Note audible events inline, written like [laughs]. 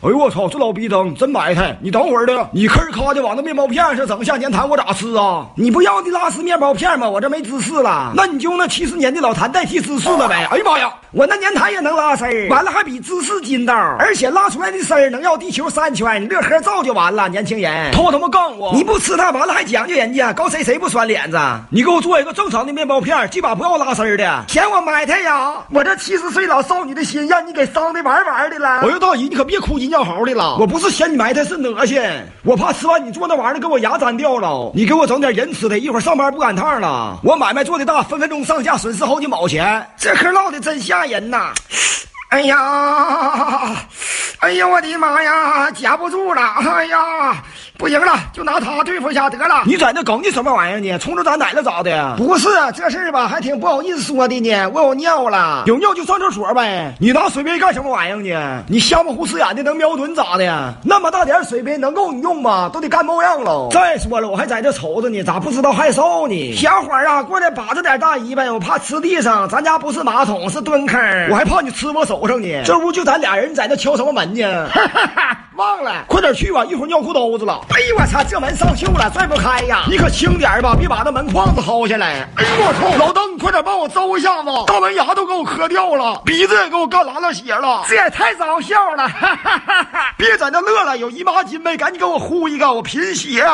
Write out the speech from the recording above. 哎呦我操，这老逼灯真埋汰！你等会儿的，你吭咔的往那面包片上整下粘痰，我咋吃啊？你不要的拉丝面包片吗？我这没芝士了，那你就用那七十年的老痰代替芝士了呗。哎呀妈呀，我那粘痰也能拉丝儿，完了还比芝士筋道，而且拉出来的丝儿能绕地球三圈，你乐呵造就完了。年轻人，偷他妈杠我！你不吃它，完了还讲究人家，搞谁谁不酸脸子？你给我做一个正常的面包片，鸡巴不要拉丝儿的，嫌我埋汰呀？我这七十岁老少女的心让你给伤的玩玩的了。我说大姨，你可别哭鸡尿嚎的了，我不是嫌你埋汰，是恶心，我怕吃完你做那玩意儿给我牙粘掉了。你给我整点人吃的，一会儿上班不赶趟了。我买卖做的大，分分钟上下损失好几毛钱，这嗑唠的真吓人呐！哎呀，哎呀，我的妈呀，夹不住了！哎呀，不行了，就拿它对付一下得了。你在那梗你什么玩意儿呢？冲着咱奶了咋的？不是这事儿吧，还挺不好意思说的呢。我有尿了，有尿就上厕所呗。你拿水杯干什么玩意儿呢？你瞎模糊死眼的能瞄准咋的？那么大点水杯能够你用吗？都得干冒样喽。再说了，我还在这瞅着呢，咋不知道害臊呢？小伙啊，过来把着点大姨呗，我怕吃地上。咱家不是马桶，是蹲坑，我还怕你吃我手。瞅上你，这屋就咱俩人，在那敲什么门 [laughs] 呢？忘了，快点去吧，一会儿尿裤兜子了。哎呦我操，这门上锈了，拽不开呀！你可轻点吧，别把那门框子薅下来。哎呦我操，哦老邓，你快点帮我周一下子，大门牙都给我磕掉了，鼻子也给我干拉了血了，这也太招笑 [laughs] 了！哈哈哈哈！啊别在那乐了，有姨妈巾没？赶紧给我呼一个，我贫血。